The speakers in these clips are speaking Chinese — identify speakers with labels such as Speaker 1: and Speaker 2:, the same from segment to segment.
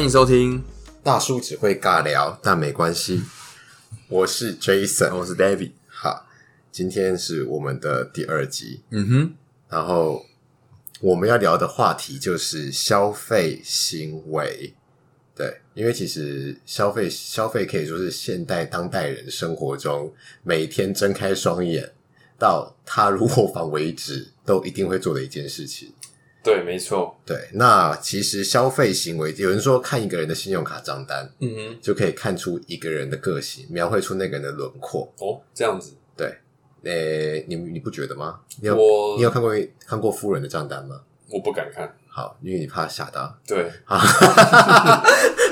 Speaker 1: 迎收听，
Speaker 2: 大叔只会尬聊，但没关系。我是 Jason，
Speaker 1: 哦我是 David。
Speaker 2: 好，今天是我们的第二集，
Speaker 1: 嗯哼，
Speaker 2: 然后我们要聊的话题就是消费行为。对，因为其实消费消费可以说是现代当代人生活中每天睁开双眼到踏入卧房为止，都一定会做的一件事情。
Speaker 3: 对，没错，
Speaker 2: 对，那其实消费行为，有人说看一个人的信用卡账单，
Speaker 3: 嗯哼，
Speaker 2: 就可以看出一个人的个性，描绘出那个人的轮廓。
Speaker 3: 哦，这样子，
Speaker 2: 对，诶、你你不觉得吗？你有
Speaker 3: 我
Speaker 2: 你有看过看过夫人的账单吗？
Speaker 3: 我不敢看，
Speaker 2: 好，因为你怕吓到。
Speaker 3: 对，
Speaker 2: 好，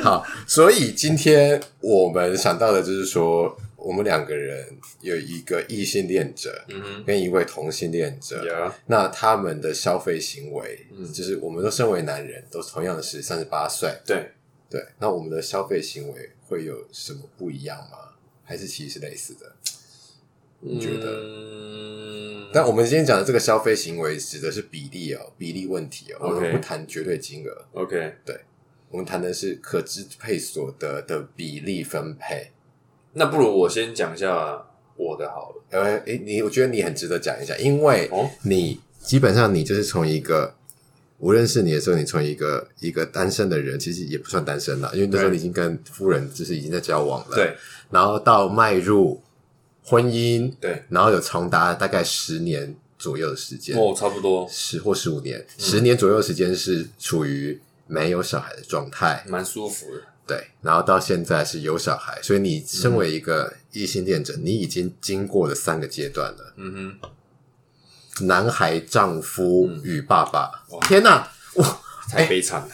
Speaker 2: 好，所以今天我们想到的就是说，我们两个人有一个异性恋者
Speaker 3: 嗯哼，
Speaker 2: 跟一位同性恋者，
Speaker 3: 呀，
Speaker 2: 那他们的消费行为，
Speaker 3: 嗯
Speaker 2: 就是我们都身为男人，都同样是三十八岁，
Speaker 3: 对，
Speaker 2: 对，那我们的消费行为会有什么不一样吗？还是其实是类似的？你觉得？
Speaker 3: 嗯，
Speaker 2: 但我们今天讲的这个消费行为指的是比例哦，比例问题哦，我
Speaker 3: OK
Speaker 2: 们不谈绝对金额，
Speaker 3: OK，
Speaker 2: 我们谈的是可支配所得的比例分配。
Speaker 3: 那不如我先讲一下我的好了。
Speaker 2: 呃，诶，你我觉得你很值得讲一下，因为
Speaker 3: 哦，
Speaker 2: 你基本上你就是从一个我认识你的时候，你从一个一个单身的人，其实也不算单身啦，因为那时候
Speaker 3: 对
Speaker 2: 你已经跟夫人就是已经在交往了，
Speaker 3: 对
Speaker 2: 然后到迈入婚姻，
Speaker 3: 对，
Speaker 2: 然后有长达大概十年左右的时间，
Speaker 3: 哦，差不多，
Speaker 2: 十或十五年，十
Speaker 3: 嗯
Speaker 2: 年左右的时间是处于没有小孩的状态，
Speaker 3: 蛮舒服的。
Speaker 2: 对，然后到现在是有小孩，所以你
Speaker 3: 嗯
Speaker 2: 身为一个异性恋者，你已经经过了三个阶段了：
Speaker 3: 嗯哼，
Speaker 2: 男孩、丈夫
Speaker 3: 嗯
Speaker 2: 与爸爸。
Speaker 3: 哇
Speaker 2: 天哪，哇！
Speaker 3: 太悲惨了，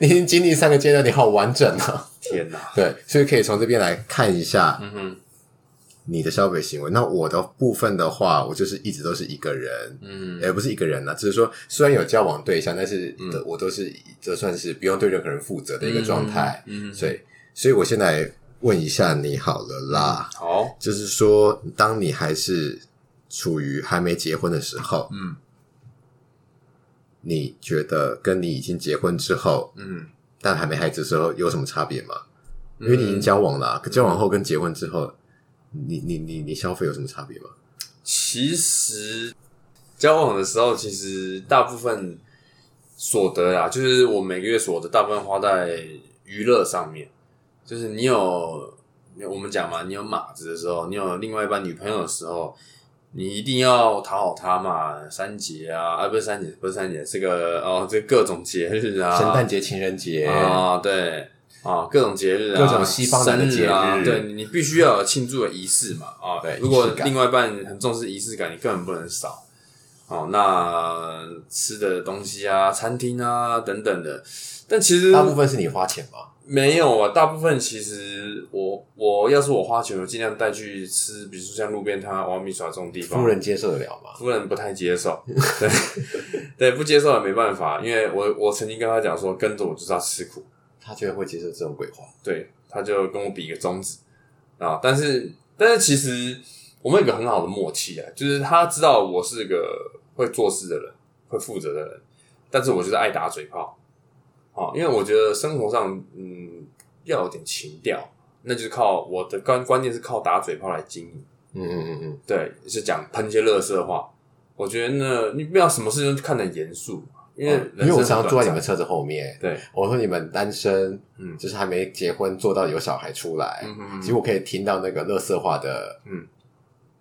Speaker 2: 你已经经历三个阶段，你好完整啊！
Speaker 3: 天哪！
Speaker 2: 对，所以可以从这边来看一下
Speaker 3: 嗯哼，
Speaker 2: 你的消费行为。那我的部分的话，我就是一直都是一个人，
Speaker 3: 嗯
Speaker 2: 也不是一个人啦，啊只是说虽然有交往对象，但是
Speaker 3: 嗯
Speaker 2: 的我都是这算是不用对任何人负责的一个状态。
Speaker 3: 嗯，嗯
Speaker 2: 所以，所以我先来问一下你好了啦，
Speaker 3: 好，
Speaker 2: 就是说，当你还是处于还没结婚的时候，
Speaker 3: 嗯
Speaker 2: 你觉得跟你已经结婚之后，
Speaker 3: 嗯，
Speaker 2: 但还没孩子的时候有什么差别吗？因为你已经交往了啊、可交往后跟结婚之后，你你你你消费有什么差别吗？
Speaker 3: 其实交往的时候，其实大部分所得啊，就是我每个月所得大部分花在娱乐上面。就是你有我们讲嘛，你有马子的时候，你有另外一半女朋友的时候，你一定要讨好她嘛，三节啊，啊不是三节，不是三节，这个哦，这各种节日啊，
Speaker 2: 圣诞节、情人节，
Speaker 3: 啊，对啊，各种节日啊，
Speaker 2: 各种西方人的节日
Speaker 3: 生啊对你你必须要有庆祝的仪式嘛啊。
Speaker 2: 对
Speaker 3: 如果
Speaker 2: 仪式感
Speaker 3: 另外一半很重视仪式感，你根本不能少。哦，那吃的东西啊，餐厅啊等等的，但其实
Speaker 2: 大部分是你花钱吗？
Speaker 3: 没有啊，大部分其实我我要是我花钱，我尽量带去吃，比如说像路边摊、啊瓦米耍这种地方。
Speaker 2: 夫人接受得了吗？
Speaker 3: 夫人不太接 受，对 对，不接受也没办法，因为我我曾经跟他讲说，跟着我就是要吃苦，
Speaker 2: 他居然会接受这种鬼话，
Speaker 3: 对，他就跟我比一个中指啊。但是，但是其实我们有一个很好的默契啊，就是他知道我是个会做事的人，会负责的人，但是我就是爱打嘴炮啊，因为我觉得生活上嗯要有点情调，那就是靠我的观观念是靠打嘴炮来经营，
Speaker 2: 嗯嗯嗯嗯，
Speaker 3: 对，是讲喷一些乐色话。我觉得呢，你不要什么事情都看得很严肃，因为人
Speaker 2: 哦因为我
Speaker 3: 生
Speaker 2: 常
Speaker 3: 很
Speaker 2: 常坐在
Speaker 3: 短
Speaker 2: 你们
Speaker 3: 暂
Speaker 2: 车子后面，
Speaker 3: 对，
Speaker 2: 我说你们单身，
Speaker 3: 嗯
Speaker 2: 就是还没结婚，做到有小孩出来，
Speaker 3: 嗯嗯
Speaker 2: 其实我可以听到那个乐色话的，
Speaker 3: 嗯，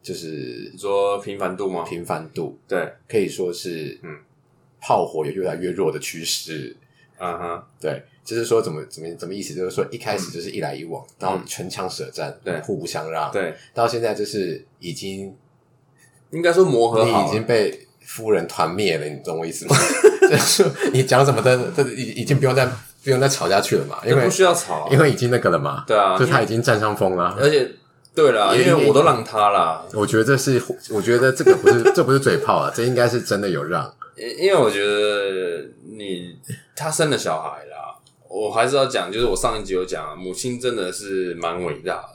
Speaker 2: 就是
Speaker 3: 你说频繁度吗？
Speaker 2: 频繁度，
Speaker 3: 对，
Speaker 2: 可以说是，
Speaker 3: 嗯，
Speaker 2: 炮火有越来越弱的趋势。
Speaker 3: 嗯哼。
Speaker 2: 对，就是说怎么怎么怎么意思，就是说一开始就是一来一往，然后唇枪舌战，
Speaker 3: 对
Speaker 2: 互不相让，，
Speaker 3: 对，
Speaker 2: 到现在就是已经
Speaker 3: 应该说磨合
Speaker 2: 你
Speaker 3: 好
Speaker 2: 已
Speaker 3: 了
Speaker 2: 经被夫人团灭了，你懂我意思吗？ 就是你讲什么的，这已已经不用再不用再吵下去了嘛，因
Speaker 3: 就
Speaker 2: 为
Speaker 3: 不需要吵、啊，
Speaker 2: 因为已经那个了嘛，
Speaker 3: 对啊
Speaker 2: 就是他已经占上风了。
Speaker 3: 而且对啦，
Speaker 2: 因
Speaker 3: 因
Speaker 2: 为
Speaker 3: 为我都让他啦，
Speaker 2: 我觉得这是，我觉得这个不是， 这不是嘴炮啊，这应该是真的有让。
Speaker 3: 因因为我觉得你他生了小孩啦，我还是要讲，就是我上一集有讲啊，母亲真的是蛮伟大的。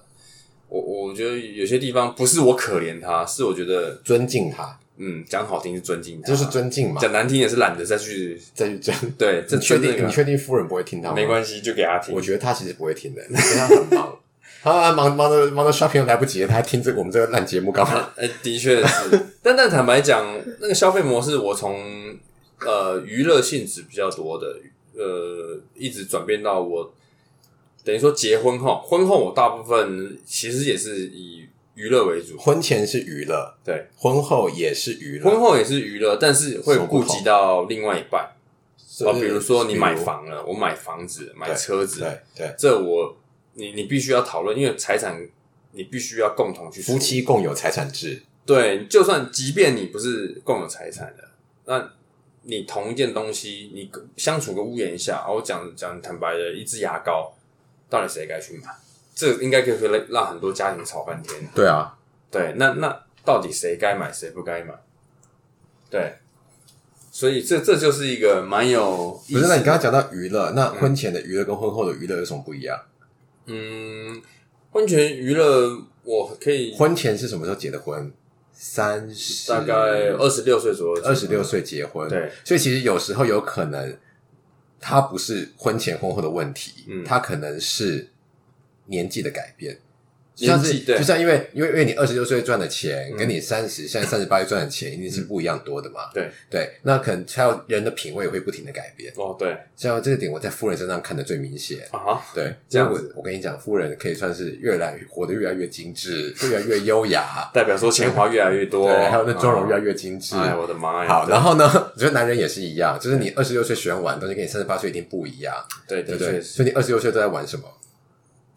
Speaker 3: 我我觉得有些地方不是我可怜他，是我觉得
Speaker 2: 尊敬他，
Speaker 3: 嗯，讲好听是尊敬他，
Speaker 2: 就是尊敬嘛。
Speaker 3: 讲难听也是懒得再去
Speaker 2: 再去这样，
Speaker 3: 对，这
Speaker 2: 你确定你
Speaker 3: 真的
Speaker 2: 确定夫人不会听到吗？
Speaker 3: 没关系，就给他听。
Speaker 2: 我觉得他其实不 会听的，因为他很 忙，他忙忙着忙着 shopping 都来不及，他还听这个我们这个烂节目干嘛？
Speaker 3: 呃，的确是，但但坦白讲，那个消费模式，我从呃娱乐性质比较多的，呃，一直转变到我等于说结婚后，婚后我大部分其实也是以娱乐为主，
Speaker 2: 婚前是娱乐，
Speaker 3: 对，
Speaker 2: 婚后也是娱乐，
Speaker 3: 婚后也是娱乐，但是会顾及到另外一半，
Speaker 2: 就
Speaker 3: 哦，
Speaker 2: 是
Speaker 3: 比如说你买，房了，我买房子，买
Speaker 2: 对
Speaker 3: 车
Speaker 2: 比
Speaker 3: 子
Speaker 2: 如，对对，
Speaker 3: 这我你你必须要讨论，因为财产你必须要共同去处理
Speaker 2: 夫妻共有财产制，
Speaker 3: 对，就算即便你不是共有财产的，那你同一件东西，你相处个屋檐下，啊我讲讲坦白的，一支牙膏，到底谁该去买？这应该可以让让很多家庭吵半天。
Speaker 2: 对啊，
Speaker 3: 对，那那到底谁该买，谁不该买？对，所以这这就是一个蛮有意
Speaker 2: 不是？
Speaker 3: 思
Speaker 2: 那
Speaker 3: 的
Speaker 2: 你刚刚讲到娱乐，那婚前的娱乐跟婚后的娱乐有什么不一样？
Speaker 3: 嗯，婚前娱乐我可 以
Speaker 2: 婚前是什么时候结的婚？三十
Speaker 3: 嗯大概二十六岁左右，
Speaker 2: 二十六岁结婚，
Speaker 3: 对，
Speaker 2: 所以其实有时候有可能，他不是婚前婚后的问题，
Speaker 3: 嗯
Speaker 2: 他可能是年纪的改变。
Speaker 3: 年纪
Speaker 2: 像是
Speaker 3: 对
Speaker 2: 就像因为因为因为你二十六岁赚的钱，
Speaker 3: 嗯
Speaker 2: 跟你三十现在三十八岁赚的钱一定是不一样多的嘛。
Speaker 3: 对，
Speaker 2: 对，那可能还有人的品味也会不停的改变，
Speaker 3: 哦对
Speaker 2: 像这个点我在夫人身上看的最明显。
Speaker 3: 啊哈，
Speaker 2: 对，
Speaker 3: 这样
Speaker 2: 因为我我跟你讲，夫人可以算是越来越活得越来越精致，越来越优雅，
Speaker 3: 代表说钱花越来越多，
Speaker 2: 对，还有那妆容越来
Speaker 3: 越。
Speaker 2: 越精致，
Speaker 3: 哎，我的妈呀！
Speaker 2: 好，然后呢， 我觉得男人也是一样，就是你二十六岁喜欢玩的东西，跟你三十八岁一定不一样，
Speaker 3: 对
Speaker 2: 对
Speaker 3: 的
Speaker 2: 不
Speaker 3: 确
Speaker 2: 对？
Speaker 3: 是。
Speaker 2: 所以你二十六岁都在玩什么？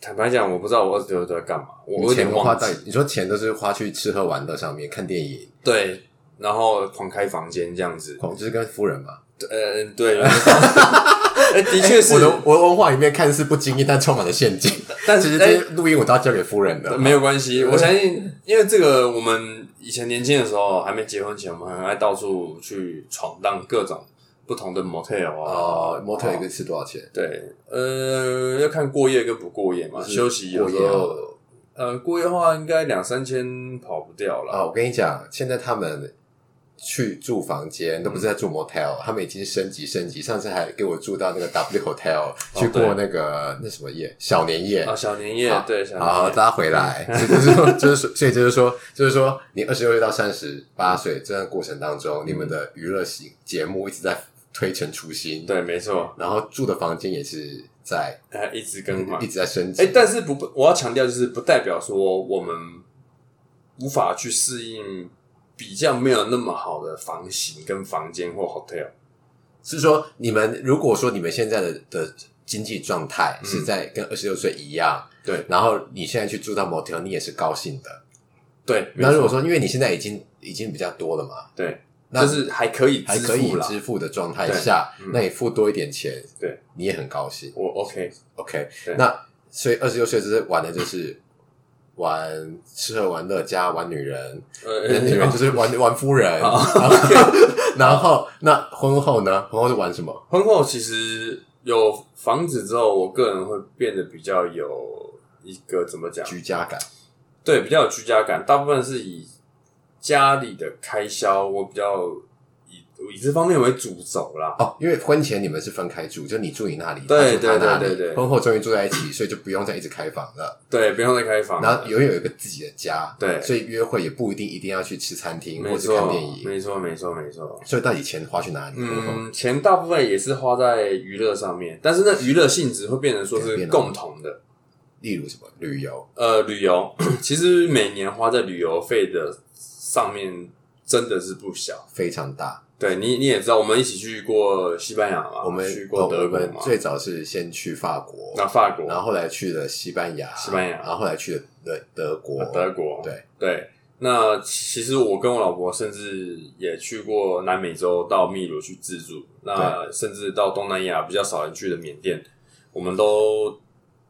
Speaker 3: 坦白讲，我不知道我二十六岁在干嘛，我有
Speaker 2: 你钱
Speaker 3: 点
Speaker 2: 都花
Speaker 3: 忘
Speaker 2: 在
Speaker 3: 记。
Speaker 2: 你说钱都是花去吃喝玩乐上面，看电影，
Speaker 3: 对，然后狂开房间这样子。
Speaker 2: 哦，就是跟夫人嘛。
Speaker 3: 呃， 对，哎的确是
Speaker 2: 我，的我的文化里面看似不经意，但充满了陷 阱。
Speaker 3: 但
Speaker 2: 其实
Speaker 3: 是
Speaker 2: 这些
Speaker 3: 哎
Speaker 2: 录音我都要交给夫人的。
Speaker 3: 没有关系，我相信，因为这个我们以前年轻的时候，还没结婚前，我们很爱到处去闯荡各种不同的 motel 啊
Speaker 2: 哦，模特一个是多少钱？
Speaker 3: 对，呃，要看过夜跟不过夜嘛，
Speaker 2: 就是
Speaker 3: 休息有时
Speaker 2: 过夜啊好
Speaker 3: 候，呃，过夜的话应该两三千跑不掉了。
Speaker 2: 啊，我跟你讲，现在他们去住房间都不是在住 motel，、他
Speaker 3: 嗯
Speaker 2: 们已经升级升级。上次还给我住到那个 W Hotel 去过
Speaker 3: 哦对
Speaker 2: 那个、那什么夜小年夜
Speaker 3: 啊，小年夜
Speaker 2: 好，
Speaker 3: 对，小
Speaker 2: 好，
Speaker 3: 年夜，
Speaker 2: 大家回来，所以 就是说，就是说所以就是说，就是说，你二十六岁到三十八岁这段过程当中，你们的娱乐型节目一直在推陈出新，，
Speaker 3: 对，没错，
Speaker 2: 然后住的房间也是在
Speaker 3: 哎，一直更换
Speaker 2: 一。直在升级，
Speaker 3: 哎，但是不，我要强调就是，不代表说我们无法去适应比较没有那么好的房型跟房间或 hotel。
Speaker 2: 是说你们如果说你们现在的的经济状态
Speaker 3: 嗯
Speaker 2: 是在跟二十六岁一样，
Speaker 3: 对
Speaker 2: 然后你现在去住到 motel，你也是高兴的。
Speaker 3: 对，没
Speaker 2: 那如果
Speaker 3: 错，
Speaker 2: 说因为你现在已经已经比较多了嘛，
Speaker 3: 对，
Speaker 2: 那
Speaker 3: 就是还可以
Speaker 2: 还
Speaker 3: 支
Speaker 2: 可以
Speaker 3: 付啦。
Speaker 2: 支付的状态下
Speaker 3: 对嗯，
Speaker 2: 那你付多一点钱，
Speaker 3: 对，
Speaker 2: 你也很高兴。
Speaker 3: 我 OK，
Speaker 2: OK，
Speaker 3: 对
Speaker 2: 那所以二十六岁就是玩的就是玩吃喝玩乐加玩女人，
Speaker 3: 呃，
Speaker 2: 女人就是玩玩夫人，然
Speaker 3: 好
Speaker 2: 后 然后那婚后呢？婚后是玩什么？
Speaker 3: 婚后其实有房子之后，我个人会变得比较有一个怎么讲？
Speaker 2: 居家感。
Speaker 3: 对，比较有居家感。大部分是以家里的开销，我比较以以这方面为主轴啦。
Speaker 2: 哦，因为婚前你们是分开住，就你住你那里，
Speaker 3: 对
Speaker 2: 他住他那
Speaker 3: 对
Speaker 2: 里
Speaker 3: 对对对
Speaker 2: 婚后终于住在一起，所以就不用再一直开房了。
Speaker 3: 对，不用再开房了。
Speaker 2: 然后永远有一个自己的家，
Speaker 3: 对
Speaker 2: 所以约会也不一定一定要去吃餐厅
Speaker 3: 没
Speaker 2: 或者
Speaker 3: 错
Speaker 2: 看电，影。
Speaker 3: 没错，没错，没错。
Speaker 2: 所以到底钱花去哪里？婚后
Speaker 3: 嗯，钱大部分也是花在娱乐上面，但是那娱乐性质会变成说
Speaker 2: 改
Speaker 3: 是
Speaker 2: 变了
Speaker 3: 共同的。
Speaker 2: 例如什么旅游，
Speaker 3: 呃，旅游 其实每年花在旅游费的上面真的是不小。
Speaker 2: 非常大。
Speaker 3: 对你你也知道，我们一起去过西班牙嘛，
Speaker 2: 我们
Speaker 3: 去过德
Speaker 2: 我
Speaker 3: 国
Speaker 2: 们
Speaker 3: 嘛，
Speaker 2: 最早是先去法国，
Speaker 3: 那法国，
Speaker 2: 然后后来去了西班牙，
Speaker 3: 西班牙啊
Speaker 2: 然后后来去了德德国，
Speaker 3: 德国，
Speaker 2: 对
Speaker 3: 对。那其实我跟我老婆甚至也去过南美洲，到秘鲁去自助，那甚至到东南亚比较少人去的缅甸，我们都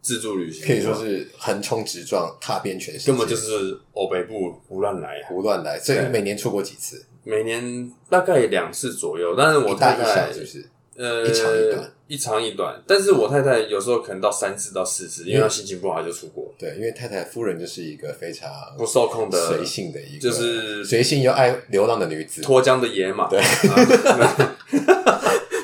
Speaker 3: 自助旅行，
Speaker 2: 可以说是横冲直撞，踏遍全世界，
Speaker 3: 根本就是欧北部胡乱来。
Speaker 2: 胡乱来。所以
Speaker 3: 对
Speaker 2: 每年出国几次？
Speaker 3: 每年大概两次左右，但是我
Speaker 2: 一大
Speaker 3: 太
Speaker 2: 一小，
Speaker 3: 太
Speaker 2: 是不是？
Speaker 3: 呃
Speaker 2: 一长一短嗯
Speaker 3: 一长一短，但是我太太有时候可能到三次到四次，因为她心情不好她就出国。
Speaker 2: 对，因为太太夫人就是一个非常
Speaker 3: 不受控的
Speaker 2: 随性的一个，
Speaker 3: 就是
Speaker 2: 随性又爱流浪的女子，
Speaker 3: 脱缰的野马。对，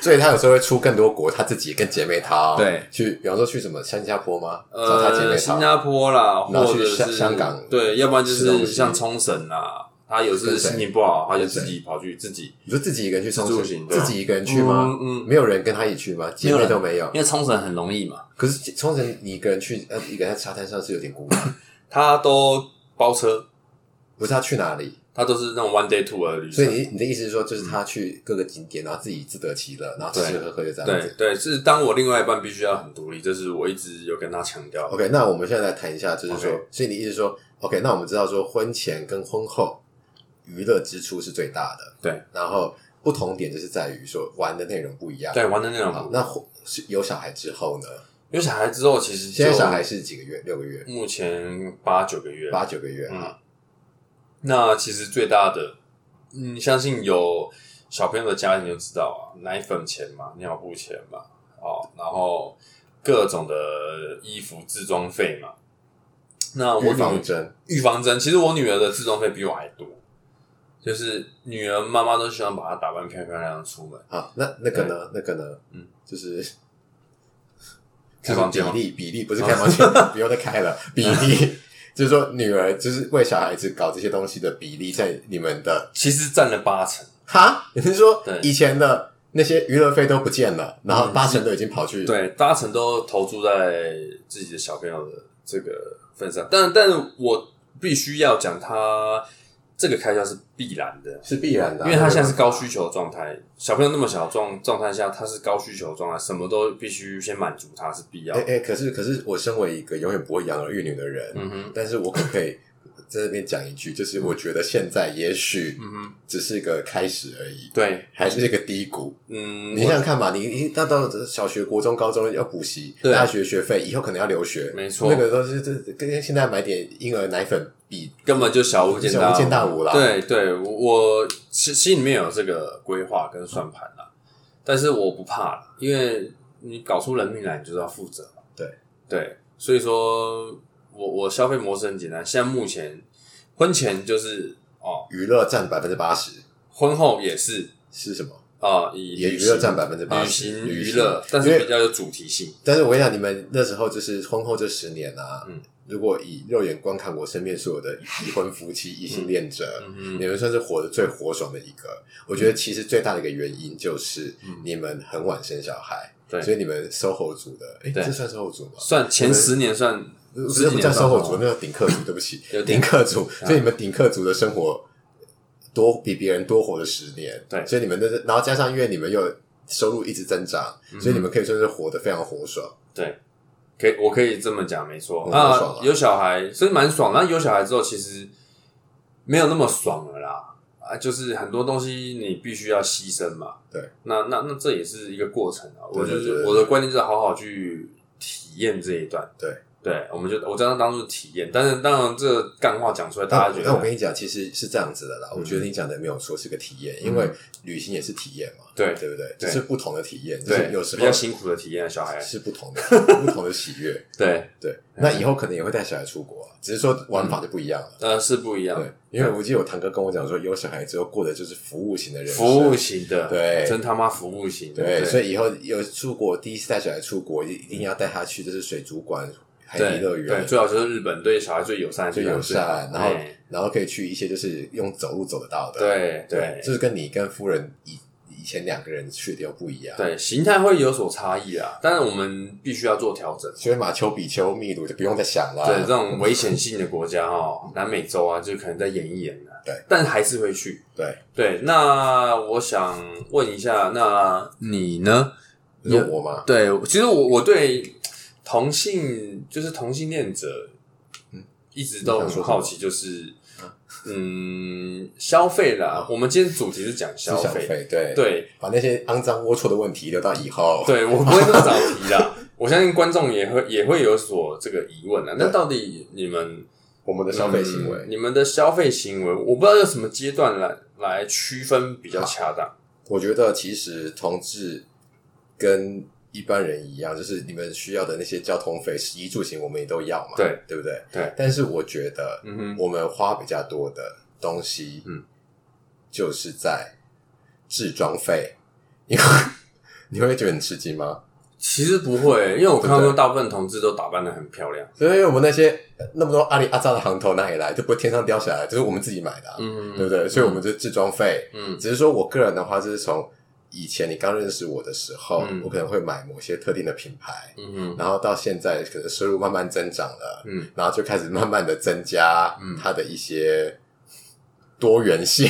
Speaker 2: 所以她有时候会出更多国，她自己跟姐妹淘
Speaker 3: 对
Speaker 2: 去，比方说去什么新加坡吗？ 找她姐
Speaker 3: 呃，
Speaker 2: 妹
Speaker 3: 新
Speaker 2: 淘，
Speaker 3: 加坡啦，
Speaker 2: 然
Speaker 3: 或
Speaker 2: 后去
Speaker 3: 者
Speaker 2: 香
Speaker 3: 是
Speaker 2: 香港
Speaker 3: 对，要不然就
Speaker 2: 吃东
Speaker 3: 是
Speaker 2: 西
Speaker 3: 像冲绳啦，他有时
Speaker 2: 跟谁
Speaker 3: 心情不好，他就
Speaker 2: 跟谁
Speaker 3: 自己跑去自己，
Speaker 2: 你说自己一个人去冲
Speaker 3: 自助
Speaker 2: 绳
Speaker 3: 型，的
Speaker 2: 自己一个人去吗？
Speaker 3: 嗯嗯
Speaker 2: 没有人跟她一起去吗？姐
Speaker 3: 没有
Speaker 2: 妹
Speaker 3: 人
Speaker 2: 都没有。
Speaker 3: 因为冲绳很容易嘛，
Speaker 2: 可是冲绳你一个人去，呃，一个人在沙滩上是有点孤单。
Speaker 3: 他都包车，
Speaker 2: 不是她去哪里？
Speaker 3: 他都是那种 one day tour 的旅
Speaker 2: 所以
Speaker 3: 程。
Speaker 2: 你你的意思是说，就是她去各个景点，然后自己自得其乐，然后吃吃喝喝就这样
Speaker 3: 对
Speaker 2: 子。
Speaker 3: 对，是当我另外一半必须要很独立，这是我一直有跟他强调的。
Speaker 2: OK，那我们现在来谈一下，就是说
Speaker 3: OK
Speaker 2: 所以你意思说，OK，那我们知道说婚前跟婚后娱乐支出是最大的，
Speaker 3: 对，
Speaker 2: 然后不同点就是在于说玩的内容不一样。
Speaker 3: 对，玩的那
Speaker 2: 好，
Speaker 3: 种。
Speaker 2: 那婚是有小孩之后呢？
Speaker 3: 有小孩之后，其实就
Speaker 2: 现在小孩是几个月？六个月、
Speaker 3: 目前八九个月，
Speaker 2: 八九个月
Speaker 3: 嗯
Speaker 2: 啊？
Speaker 3: 那其实最大的，嗯，相信有小朋友的家庭就知道啊，奶粉钱嘛，尿布钱嘛，哦，然后各种的衣服自装费嘛。那我
Speaker 2: 预
Speaker 3: 女
Speaker 2: 防针
Speaker 3: 预防针，其实我女儿的自装费比我还多，就是女儿妈妈都喜欢把她打扮漂漂亮亮出门，
Speaker 2: 好，啊那那个呢？那个呢？
Speaker 3: 嗯，
Speaker 2: 就是
Speaker 3: 开房间
Speaker 2: 比
Speaker 3: 吗啊嗯
Speaker 2: 例比例不是开房间， 不用再开了。比例 就是说，女儿就是为小孩子搞这些东西的比例，在你们的
Speaker 3: 其实占了八成。
Speaker 2: 哈，你是说
Speaker 3: 对
Speaker 2: 以前的那些娱乐费都不见了，然后
Speaker 3: 嗯
Speaker 2: 八成都已经跑去
Speaker 3: 对，八成都投注在自己的小朋友的这个份上，但但是我必须要讲，他这个开销是必然的，
Speaker 2: 是必然的
Speaker 3: 因
Speaker 2: 啊，
Speaker 3: 为他现在是高
Speaker 2: 对吧
Speaker 3: 需求的状态，小朋友那么小的状状态下，他是高需求的状态，什么都必须先满足他是必要
Speaker 2: 哎
Speaker 3: 的。
Speaker 2: 哎，可是可是我身为一个永远不会养儿育女的人，
Speaker 3: 嗯哼，
Speaker 2: 但是我可不可以在这边讲一句，就是我觉得现在也许
Speaker 3: 嗯哼，
Speaker 2: 只是个开始而已，
Speaker 3: 对，
Speaker 2: 还是一个低谷。
Speaker 3: 嗯，
Speaker 2: 你想想看嘛，你你那到小学、国中、高中要补习，
Speaker 3: 对啊
Speaker 2: 大学学费，以后可能要留学，
Speaker 3: 没错
Speaker 2: 那个都是这跟现在买点婴儿奶粉比，
Speaker 3: 根本就小巫见大
Speaker 2: 小巫见大巫啦
Speaker 3: 对对，我我心心里面有这个规划跟算盘啦，但是我不怕啦，因为你搞出人命来，你就是要负责嘛。
Speaker 2: 对
Speaker 3: 对，所以说我我消费模式很简单，现在目前婚前就是哦，
Speaker 2: 娱乐占百分之八十
Speaker 3: 婚后也是
Speaker 2: 是什么？
Speaker 3: 啊、以
Speaker 2: 也
Speaker 3: 旅
Speaker 2: 娱
Speaker 3: 行
Speaker 2: 乐占百分之八
Speaker 3: 旅
Speaker 2: 十，
Speaker 3: 行
Speaker 2: 旅
Speaker 3: 娱
Speaker 2: 行
Speaker 3: 乐，但
Speaker 2: 因
Speaker 3: 是
Speaker 2: 为
Speaker 3: 比较有主题性。
Speaker 2: 但是我跟你讲，你们那时候就是婚后这十年啊，
Speaker 3: 嗯
Speaker 2: 如果以肉眼观看我身边所有的已婚夫妻、异性恋者，
Speaker 3: 嗯
Speaker 2: 你们算是活得最活爽的一个。我觉得其实最大的一个原因就是
Speaker 3: 嗯
Speaker 2: 你们很晚生小孩，
Speaker 3: 对
Speaker 2: 所以你们 SOHO 族的，哎、
Speaker 3: 对
Speaker 2: 这算 SOHO 族吗？
Speaker 3: 算前十年算
Speaker 2: 不
Speaker 3: 十
Speaker 2: 是
Speaker 3: 几
Speaker 2: 不
Speaker 3: 年
Speaker 2: 叫
Speaker 3: 算哦
Speaker 2: SOHO
Speaker 3: 好
Speaker 2: 族，那叫顶 客族，对不起
Speaker 3: 有，啊
Speaker 2: 顶
Speaker 3: 点
Speaker 2: 客族。所以你们顶客族的生活多比别人多活了十年，
Speaker 3: 对
Speaker 2: 所以你们的，然后加上因为你们又收入一直增长，
Speaker 3: 嗯
Speaker 2: 所以你们可以算是活得非常活爽。
Speaker 3: 可以，我可以这么讲，没错。
Speaker 2: 嗯
Speaker 3: 那、
Speaker 2: 很爽啊
Speaker 3: 有小孩，所以蛮爽。那有小孩之后，其实没有那么爽了啦。啊，就是很多东西你必须要牺牲嘛。
Speaker 2: 对，
Speaker 3: 那那那这也是一个过程啊。我
Speaker 2: 对对
Speaker 3: 就
Speaker 2: 对
Speaker 3: 是
Speaker 2: 对
Speaker 3: 我的观念就是好好去体验这一段。
Speaker 2: 对，
Speaker 3: 对，我们就我将它当做体验。但是当然，这个干话讲出来，大家觉
Speaker 2: 但我
Speaker 3: 得嗯
Speaker 2: 跟你讲，其实是这样子的啦。我觉得你讲的没有错，是个体验，因为旅行也是体验嘛，
Speaker 3: 对
Speaker 2: 对不对？
Speaker 3: 嗯对
Speaker 2: 就是不同的体验，就是
Speaker 3: 对，
Speaker 2: 有时
Speaker 3: 比较
Speaker 2: 候
Speaker 3: 辛苦的体验，啊小孩
Speaker 2: 是不同的，不同的喜 悦。
Speaker 3: 对，
Speaker 2: 对，那以后可能也会带小孩出国啊，只是说玩法就不一样了。
Speaker 3: 呃，是不一样
Speaker 2: 对
Speaker 3: 的，，
Speaker 2: 因为我记得我堂哥跟我讲说，有小孩之后过的就是服务型的人生，
Speaker 3: 服务型的，
Speaker 2: 对
Speaker 3: 真他妈服务型的，
Speaker 2: 对，所
Speaker 3: 以
Speaker 2: 以以后有出国，第一次带小孩出国，一一定要带他去，就是水族馆、海
Speaker 3: 对
Speaker 2: 底乐
Speaker 3: 对，
Speaker 2: 园，
Speaker 3: 最好就是日本对小孩最友善的地
Speaker 2: 最
Speaker 3: 方，
Speaker 2: 友善，然后
Speaker 3: 哎
Speaker 2: 然后可以去一些就是用走路走得到的，
Speaker 3: 对
Speaker 2: 对
Speaker 3: 对，
Speaker 2: 就是跟你跟夫人以以前两个人去的又不一样。，
Speaker 3: 对，形态会有所差异啊，但是我们必须要做调整。
Speaker 2: 所以马丘比丘、秘鲁就不用再想了。
Speaker 3: 对这种危险性的国家哦， 南美洲啊，就可能再演一演啊。
Speaker 2: 对，
Speaker 3: 但还是会去。
Speaker 2: 对，
Speaker 3: 对，那我想问一下，那你呢？
Speaker 2: 你说我吗？
Speaker 3: 对，其实我我对同性就是同性恋者，
Speaker 2: 嗯
Speaker 3: 一直都很好奇，就是嗯，消费啦。我们今天主题是讲
Speaker 2: 是
Speaker 3: 消
Speaker 2: 消
Speaker 3: 费，
Speaker 2: 费，对，
Speaker 3: 对，
Speaker 2: 把那些肮脏龌龊的问题留到以后。
Speaker 3: 对我不会这么早提啦，我相信观众也会也会有所这个疑问啊。那到底你们
Speaker 2: 我们的消费行为，
Speaker 3: 嗯你们的消费行为，我不知道用什么阶段来来区分比较恰当。
Speaker 2: 我觉得其实同志跟一般人一样，就是你们需要的那些交通费、食衣住行，我们也都要嘛，
Speaker 3: 对
Speaker 2: 对不对？
Speaker 3: 对。
Speaker 2: 但是我觉得
Speaker 3: 嗯哼，
Speaker 2: 我们花比较多的东西，
Speaker 3: 嗯，
Speaker 2: 就是在置装费，因为 你会觉得很吃惊吗？
Speaker 3: 其实不会，因为我看到大部分同志都打扮的很漂亮。
Speaker 2: 所以我们那些呃那么多阿里阿扎的行头哪里来？就不会天上掉下来，就是我们自己买的、啊，
Speaker 3: 嗯
Speaker 2: 对不对？所以我们就置装费。
Speaker 3: 嗯
Speaker 2: 只是说我个人的话，就是从以前你刚认识我的时候，
Speaker 3: 嗯
Speaker 2: 我可能会买某些特定的品牌，
Speaker 3: 嗯嗯
Speaker 2: 然后到现在可能收入慢慢增长了，
Speaker 3: 嗯，
Speaker 2: 然后就开始慢慢的增加它的一些多元性。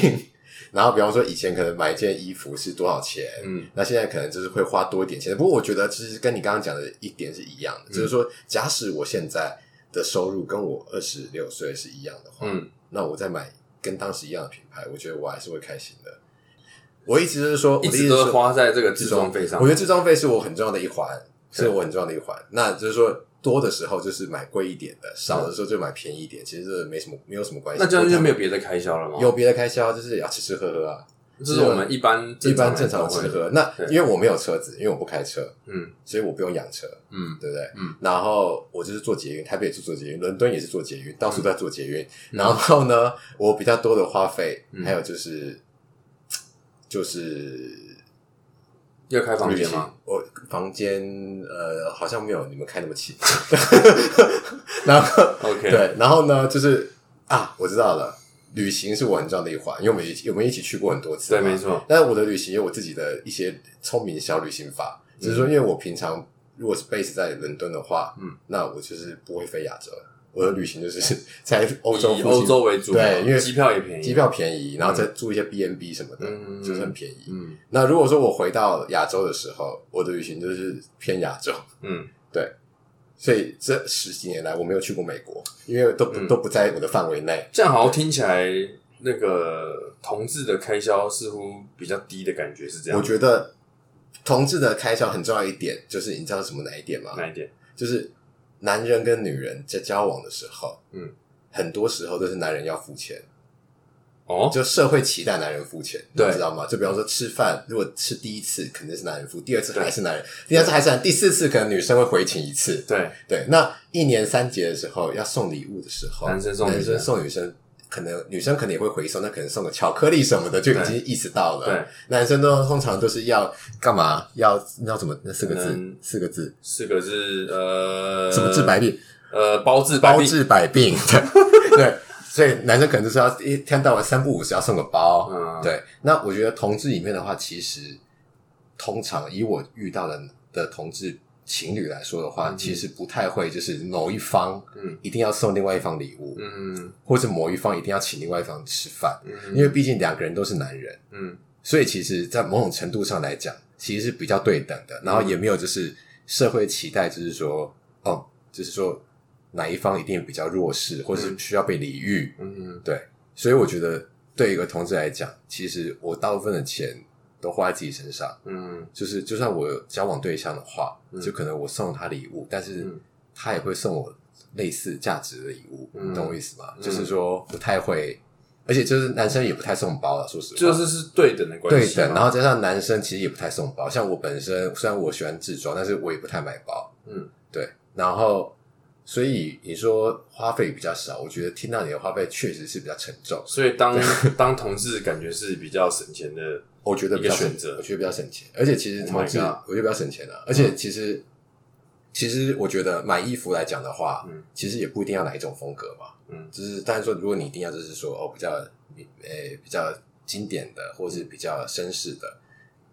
Speaker 2: 然后比方说以前可能买一件衣服是多少钱，
Speaker 3: 嗯
Speaker 2: 那现在可能就是会花多一点钱。不过我觉得其实跟你刚刚讲的一点是一样
Speaker 3: 嗯
Speaker 2: 的，就是说，假使我现在的收入跟我二十六岁是一样的话，
Speaker 3: 嗯
Speaker 2: 那我再买跟当时一样的品牌，我觉得我还是会开心的。我一直就是说，我
Speaker 3: 一
Speaker 2: 的
Speaker 3: 直
Speaker 2: 意思
Speaker 3: 都
Speaker 2: 是
Speaker 3: 花在这个自装费上
Speaker 2: 我觉。得自装费是我很重要的一环，
Speaker 3: 对
Speaker 2: 是我很重要的一环。那就是说，多的时候就是买贵一点的，少的时候就买便宜一点，其实这没什么没有什么关系。
Speaker 3: 那这样就没
Speaker 2: 有
Speaker 3: 有别的开销了吗？
Speaker 2: 有，别的开销，就是要吃吃喝喝啊，
Speaker 3: 这是我们一般
Speaker 2: 一般正
Speaker 3: 常人
Speaker 2: 常的
Speaker 3: 都会
Speaker 2: 吃喝。那
Speaker 3: 对
Speaker 2: 因为我没有车子，因为我不开车，
Speaker 3: 嗯
Speaker 2: 所以我不用养车，
Speaker 3: 嗯
Speaker 2: 对不对？
Speaker 3: 嗯。
Speaker 2: 然后我就是做捷运，台北也是做捷运，伦敦也是做捷运，
Speaker 3: 嗯
Speaker 2: 到处都在做捷运。然后呢，我比较多的花费，
Speaker 3: 嗯
Speaker 2: 还有就是就是
Speaker 3: 要开房间
Speaker 2: 旅行
Speaker 3: 吗？？
Speaker 2: 我房间呃好像没有你们开那么 齐。然后
Speaker 3: OK，
Speaker 2: 对，然后呢就是啊，我知道了，旅行是我很重要的一环，因为我们一起我们一起去过很多次，
Speaker 3: 对，没。错，
Speaker 2: 但是我的旅行有我自己的一些聪明小旅行法，只是说因为我平常如果是 base 在伦敦的话，
Speaker 3: 嗯，
Speaker 2: 那我就是不会飞亚洲，我的旅行就是 在欧洲
Speaker 3: 以
Speaker 2: 附近
Speaker 3: 欧洲为主嘛，
Speaker 2: 对因为
Speaker 3: 机票也便宜，
Speaker 2: 机票便宜，然后再住一些 B N B 什么的，
Speaker 3: 嗯
Speaker 2: 就是很便宜。
Speaker 3: 嗯
Speaker 2: 那如果说我回到亚洲的时候，我的旅行就是偏亚洲，
Speaker 3: 嗯
Speaker 2: 所以这十几年来我没有去过美国，因为都不、
Speaker 3: 嗯
Speaker 2: 都不在我的范围内。
Speaker 3: 这样好像听起来那个同志的开销似乎比较低的感觉，是这样？
Speaker 2: 我觉得同志的开销很重要一点，就是你知道什么哪一点吗？
Speaker 3: 哪一点？
Speaker 2: 就是男人跟女人在交往的时候，
Speaker 3: 嗯，
Speaker 2: 很多时候都是男人要付钱，
Speaker 3: 哦，
Speaker 2: 就社会期待男人付钱，
Speaker 3: 对
Speaker 2: 你知道吗？就比方说吃饭，如果吃第一次肯定是男人付，第二次还是男人，第三次还是男人，第四次可能女生会回请一次，
Speaker 3: 对，
Speaker 2: 对，那一年三节的时候要送礼物的时候，
Speaker 3: 男生送女生
Speaker 2: 男生送女生，可能女生可能也会回收，那可能送个巧克力什么的，就已经意识到了。
Speaker 3: 对，
Speaker 2: 男生都通常都是要干嘛？要要怎么？那四个
Speaker 3: 可
Speaker 2: 字
Speaker 3: 能，
Speaker 2: 四个字，
Speaker 3: 四个是嗯呃，
Speaker 2: 什么治百病？
Speaker 3: 呃，包治百
Speaker 2: 包
Speaker 3: 病，
Speaker 2: 治百病。 对对，所以男生可能就是要一天到晚三不五时要送个包。
Speaker 3: 嗯，，
Speaker 2: 对，那我觉得同志里面的话，其实通常以我遇到的的同志情侣来说的话，
Speaker 3: 嗯
Speaker 2: 其实不太会就是某一方
Speaker 3: 嗯
Speaker 2: 一定要送另外一方礼物，
Speaker 3: 嗯
Speaker 2: 或者某一方一定要请另外一方吃饭，
Speaker 3: 嗯，
Speaker 2: 因为毕竟两个人都是男人，
Speaker 3: 嗯
Speaker 2: 所以其实，在某种程度上来讲，其实是比较对等的，然后
Speaker 3: 嗯
Speaker 2: 也没有就是社会期待，就是说，哦，就是说哪一方一定比较弱势，或是需要被礼遇，
Speaker 3: 嗯
Speaker 2: 所以我觉得对一个同志来讲，其实我大部分的钱都花在自己身上，
Speaker 3: 嗯
Speaker 2: 就是就算我有交往对象的话，
Speaker 3: 嗯
Speaker 2: 就可能我送他礼物，但是
Speaker 3: 嗯
Speaker 2: 他也会送我类似价值的礼物，
Speaker 3: 嗯
Speaker 2: 你懂我意思吗？
Speaker 3: 嗯
Speaker 2: 就是说不太会，而且就是男生也不太送包啊了，说实话，
Speaker 3: 就是是对等的关
Speaker 2: 对
Speaker 3: 系嘛，
Speaker 2: 等，然后加上男生其实也不太送包，像我本身虽然我喜欢自装，但是我也不太买包，
Speaker 3: 嗯，
Speaker 2: 对，然后。所以你说花费比较少，我觉得听到你的花费确实是比较沉重，
Speaker 3: 所以当 当同志感觉是比较省钱 的，
Speaker 2: 我觉得比较省
Speaker 3: 一个选择
Speaker 2: 我觉得比较省钱，而且其实
Speaker 3: Oh my
Speaker 2: 同志
Speaker 3: God 嗯
Speaker 2: 我觉得比较省钱啊。而且其实、其实我觉得买衣服来讲的话，
Speaker 3: 嗯
Speaker 2: 其实也不一定要哪一种风格嘛，
Speaker 3: 嗯
Speaker 2: 就是当然说，如果你一定要就是说哦比较呃、比较经典的，或是比较绅士的，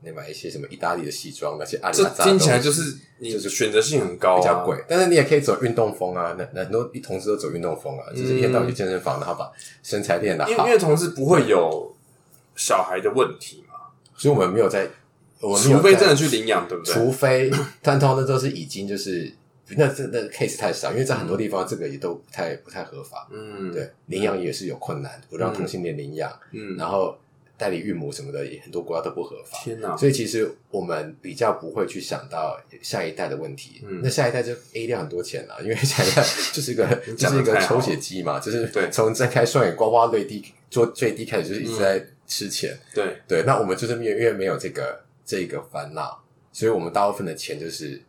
Speaker 2: 你买一些什么意大利的西装那些阿里
Speaker 3: 这
Speaker 2: 阿扎的
Speaker 3: 听起来
Speaker 2: 东西
Speaker 3: 就是哦你
Speaker 2: 就是
Speaker 3: 选择性很高，啊
Speaker 2: 比较贵，，但是你也可以走运动风啊，那那很多同事都走运动风啊，就是一天到晚去健身房，然后把身材练得
Speaker 3: 嗯因为
Speaker 2: 好
Speaker 3: 因，为同志不会有小孩的问题嘛，
Speaker 2: 所以我们没有在，我们没有
Speaker 3: 除非
Speaker 2: 在
Speaker 3: 真的去领养，对不对？
Speaker 2: 除非但通常那都是已经就是那这那 case 太少，因为在很多地方这个也都不太不太合法。
Speaker 3: 嗯，，
Speaker 2: 对，领养也是有困难，不让同性恋领养，
Speaker 3: 嗯，
Speaker 2: 然后代理孕母什么的，也很多国家都不合法。
Speaker 3: 天哪，
Speaker 2: 所以其实我们比较不会去想到下一代的问题，
Speaker 3: 嗯
Speaker 2: 那下一代就 A 掉很多钱了，因为下一代就 是一个
Speaker 3: 你
Speaker 2: 就
Speaker 3: 讲
Speaker 2: 是
Speaker 3: 得
Speaker 2: 一个
Speaker 3: 太好
Speaker 2: 抽血机嘛，就是
Speaker 3: 对嗯
Speaker 2: 从睁开双眼呱呱坠地做最低开始就是一直在吃钱，
Speaker 3: 对，
Speaker 2: 对，那我们就是因为因为没有这个这个烦恼，所以我们大部分的钱就是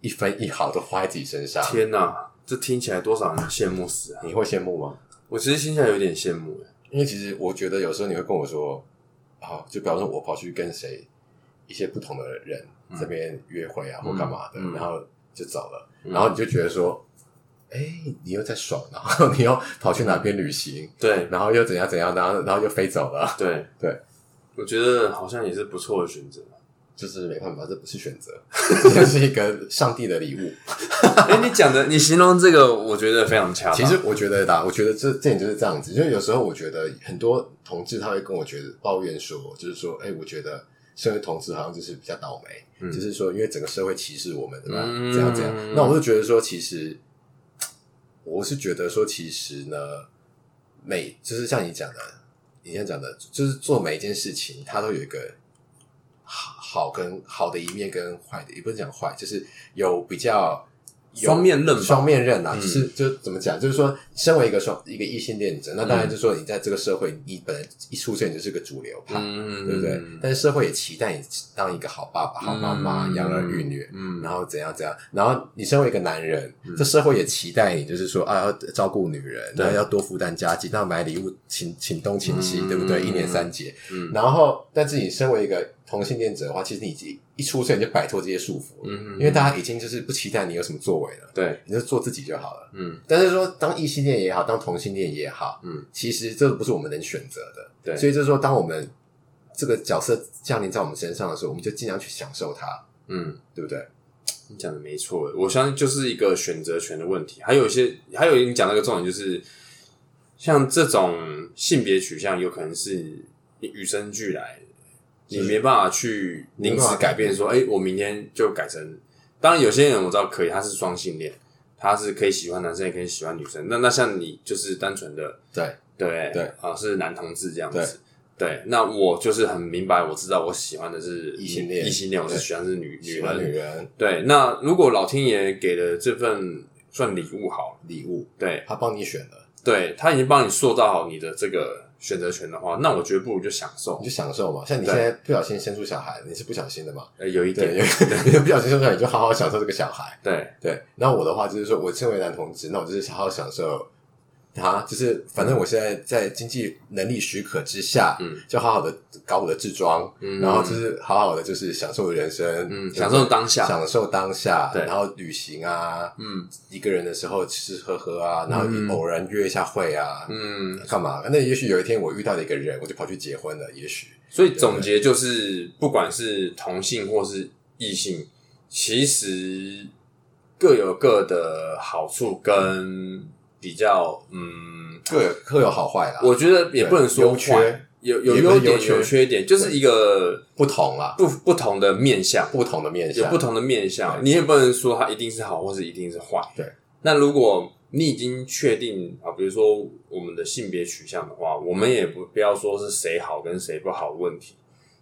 Speaker 2: 一分一毫都花在自己身上。
Speaker 3: 天哪，这听起来多少人羡慕死啊！
Speaker 2: 你会羡慕吗？
Speaker 3: 我其实心起来有点羡慕哎，
Speaker 2: 因为其实我觉得有时候你会跟我说，好，就比方说我跑去跟谁一些不同的人
Speaker 3: 嗯
Speaker 2: 这边约会啊、或干嘛的，
Speaker 3: 嗯嗯
Speaker 2: 然后就走了，
Speaker 3: 嗯
Speaker 2: 然后你就觉得说，哎、你又在爽，然后 你又跑去哪边旅行，
Speaker 3: 对
Speaker 2: 然后又怎样怎样，然后然后又飞走了，
Speaker 3: 对
Speaker 2: 对，
Speaker 3: 我觉得好像也是不错的选 择。
Speaker 2: 就是没办法，这不是选择， 这是一个上帝的礼物。
Speaker 3: 哎、你讲的，你形容这个，我觉得非常恰当。
Speaker 2: 其实我觉得啦，我觉得这这点就是这样子，就是有时候我觉得很多同志他会跟我觉得抱怨说，就是说，哎、我觉得身为同志好像就是比较倒霉，
Speaker 3: 嗯
Speaker 2: 就是说因为整个社会歧视我们，对吧？
Speaker 3: 嗯
Speaker 2: 怎样怎样？那我就觉得说，其实我是觉得说，其实呢，每就是像你讲的，你先讲的，就是做每一件事情，它都有一个好好跟好的一面跟坏的，也不是讲坏，就是有比较有
Speaker 3: 双面刃吧
Speaker 2: 双面刃啊，
Speaker 3: 嗯
Speaker 2: 就是就怎么讲，就是说，身为一个双一个异性恋者，那当然
Speaker 3: 嗯
Speaker 2: 就是说，你在这个社会，你本来一出现你就是个主流派，
Speaker 3: 嗯，
Speaker 2: 对不对？但是社会也期待你当一个好爸爸、好妈妈，
Speaker 3: 嗯
Speaker 2: 养儿育女，
Speaker 3: 嗯，
Speaker 2: 然后怎样怎样，然后你身为一个男人，这社会也期待你，就是说啊，要照顾女人，
Speaker 3: 对
Speaker 2: 然后要多负担家计，那买礼物请请东请西，
Speaker 3: 嗯
Speaker 2: 对不对？一年三节，
Speaker 3: 嗯
Speaker 2: 然后但是你身为一个同性恋者的话，其实你已经一出生你就摆脱这些束缚了，
Speaker 3: 嗯，
Speaker 2: 因为大家已经就是不期待你有什么作为了，
Speaker 3: 对，
Speaker 2: 你就做自己就好了。
Speaker 3: 嗯
Speaker 2: 但是说，当异性恋也好，当同性恋也好，
Speaker 3: 嗯，
Speaker 2: 其实这不是我们能选择的。
Speaker 3: 对，
Speaker 2: 所
Speaker 3: 以
Speaker 2: 以就是说，当我们这个角色降临在我们身上的时候，我们就尽量去享受它，
Speaker 3: 嗯，
Speaker 2: 对不对？
Speaker 3: 你讲的没错，我相信就是一个选择权的问题。还有一些，还有你讲那个重点就是，像这种性别取向，有可能是你与生俱来的，你
Speaker 2: 是
Speaker 3: 没办法去临时改变说，哎、我明天就改成。当然，有些人我知道可以，他是双性恋，他是可以喜欢男生，也可以喜欢女生。那那像你就是单纯的
Speaker 2: 对，
Speaker 3: 对
Speaker 2: 对
Speaker 3: 啊，是男同志这样子。对，那我就是很明白，我知道我喜欢的是
Speaker 2: 异性恋
Speaker 3: 异性恋，我是
Speaker 2: 对
Speaker 3: 喜欢是女
Speaker 2: 喜
Speaker 3: 女
Speaker 2: 欢
Speaker 3: 人
Speaker 2: 女，人
Speaker 3: 对，那如果老天爷给了这份算礼物好了，
Speaker 2: 礼物，
Speaker 3: 对
Speaker 2: 他帮你选了，
Speaker 3: 对，他已经帮你塑造好你的这个选择权的话，那我觉得不如就享受
Speaker 2: 你。就享受嘛。像你
Speaker 3: 对
Speaker 2: 现在不小心生出小孩，你是不小心的嘛？
Speaker 3: 呃，有一
Speaker 2: 对，
Speaker 3: 点，
Speaker 2: 因为 不小心生出来，你就好好享受这个小孩。
Speaker 3: 对，
Speaker 2: 对，那我的话就是说，我身为男同志，那我就是好好享受他，就是反正我现在在经济能力许可之下，
Speaker 3: 嗯，
Speaker 2: 就好好的搞我的自装，
Speaker 3: 嗯
Speaker 2: 然后就是好好的就是享受人生，对
Speaker 3: 嗯，
Speaker 2: 不对
Speaker 3: 享受当下，
Speaker 2: 享受当下，
Speaker 3: 对
Speaker 2: 然后旅行啊，
Speaker 3: 嗯
Speaker 2: 一个人的时候吃吃喝喝啊，然后
Speaker 3: 嗯
Speaker 2: 偶然约一下会啊，
Speaker 3: 嗯，
Speaker 2: 干嘛？那也许有一天我遇到了一个人，我就跑去结婚了，也许
Speaker 3: 所以总结就是，不管是同性或是异性，其实各有各的好处跟比较，嗯，
Speaker 2: 各有各有好坏啦，
Speaker 3: 我觉得也不能说
Speaker 2: 优缺
Speaker 3: 坏有有
Speaker 2: 也不
Speaker 3: 优
Speaker 2: 是
Speaker 3: 点
Speaker 2: 优缺
Speaker 3: 有缺点，就是一个
Speaker 2: 不同啦，
Speaker 3: 不不同的面相。
Speaker 2: 不同的面
Speaker 3: 有
Speaker 2: 向，
Speaker 3: 不同的面相，
Speaker 2: 啊对
Speaker 3: 你也不能说它一定是好或是一定是坏。
Speaker 2: 对，
Speaker 3: 那如果你已经确定啊，比如说我们的性别取向的话，我们也不不要说是谁好跟谁不好的问题。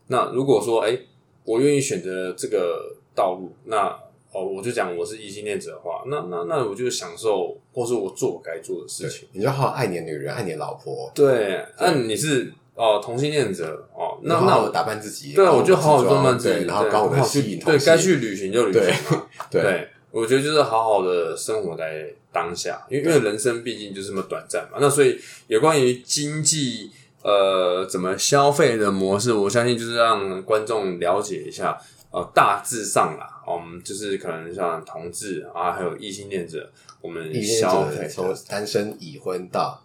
Speaker 3: 那如果说，哎、我愿意选择这个道路，那哦，我就讲我是异性恋者的话，那那那我就享受，或是我做我该做的事
Speaker 2: 对
Speaker 3: 情。
Speaker 2: 你就好好爱你的女人，爱你的老婆，
Speaker 3: 对，那你是哦同性恋者哦，那
Speaker 2: 好
Speaker 3: 那
Speaker 2: 好地
Speaker 3: 我
Speaker 2: 打扮自己，
Speaker 3: 对啊，
Speaker 2: 搞
Speaker 3: 我就好好
Speaker 2: 自装
Speaker 3: 装扮自己，
Speaker 2: 对然后搞我的
Speaker 3: 好
Speaker 2: 吸
Speaker 3: 去
Speaker 2: 引同
Speaker 3: 对
Speaker 2: 性
Speaker 3: 该去旅行就旅行
Speaker 2: 对
Speaker 3: 嘛。
Speaker 2: 对
Speaker 3: 对，我觉得就是好好的生活在当下，因为因为人生毕竟就这么短暂嘛。那所以有关于经济呃怎么消费的模式，我相信就是让观众了解一下，呃，大致上啦，嗯，就是可能像同志啊，还有异性恋者，我们
Speaker 2: 异性
Speaker 3: 消
Speaker 2: 者
Speaker 3: 费
Speaker 2: 从
Speaker 3: 的
Speaker 2: 单身已婚到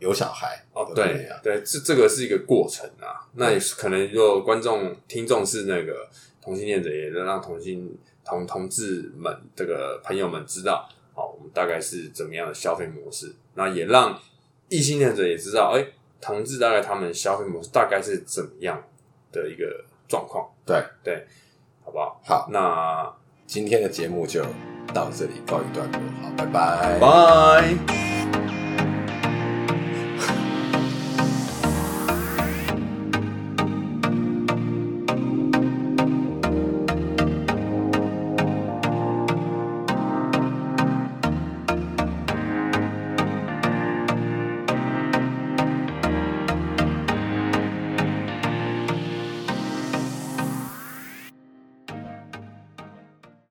Speaker 2: 有小孩，
Speaker 3: 哦，
Speaker 2: 都可以
Speaker 3: 对
Speaker 2: 啊
Speaker 3: 对，这这个是一个过程啊。那也是可能如果观众听众是那个同性恋者，也能让同性同同志们这个朋友们知道，好，我们大概是怎么样的消费模式，那也让异性恋者也知道，哎、同志大概他们消费模式大概是怎么样的一个状况，
Speaker 2: 对，
Speaker 3: 好不好？
Speaker 2: 好，
Speaker 3: 那
Speaker 2: 今天的节目就到这里告一段落，好，拜拜，
Speaker 3: 拜。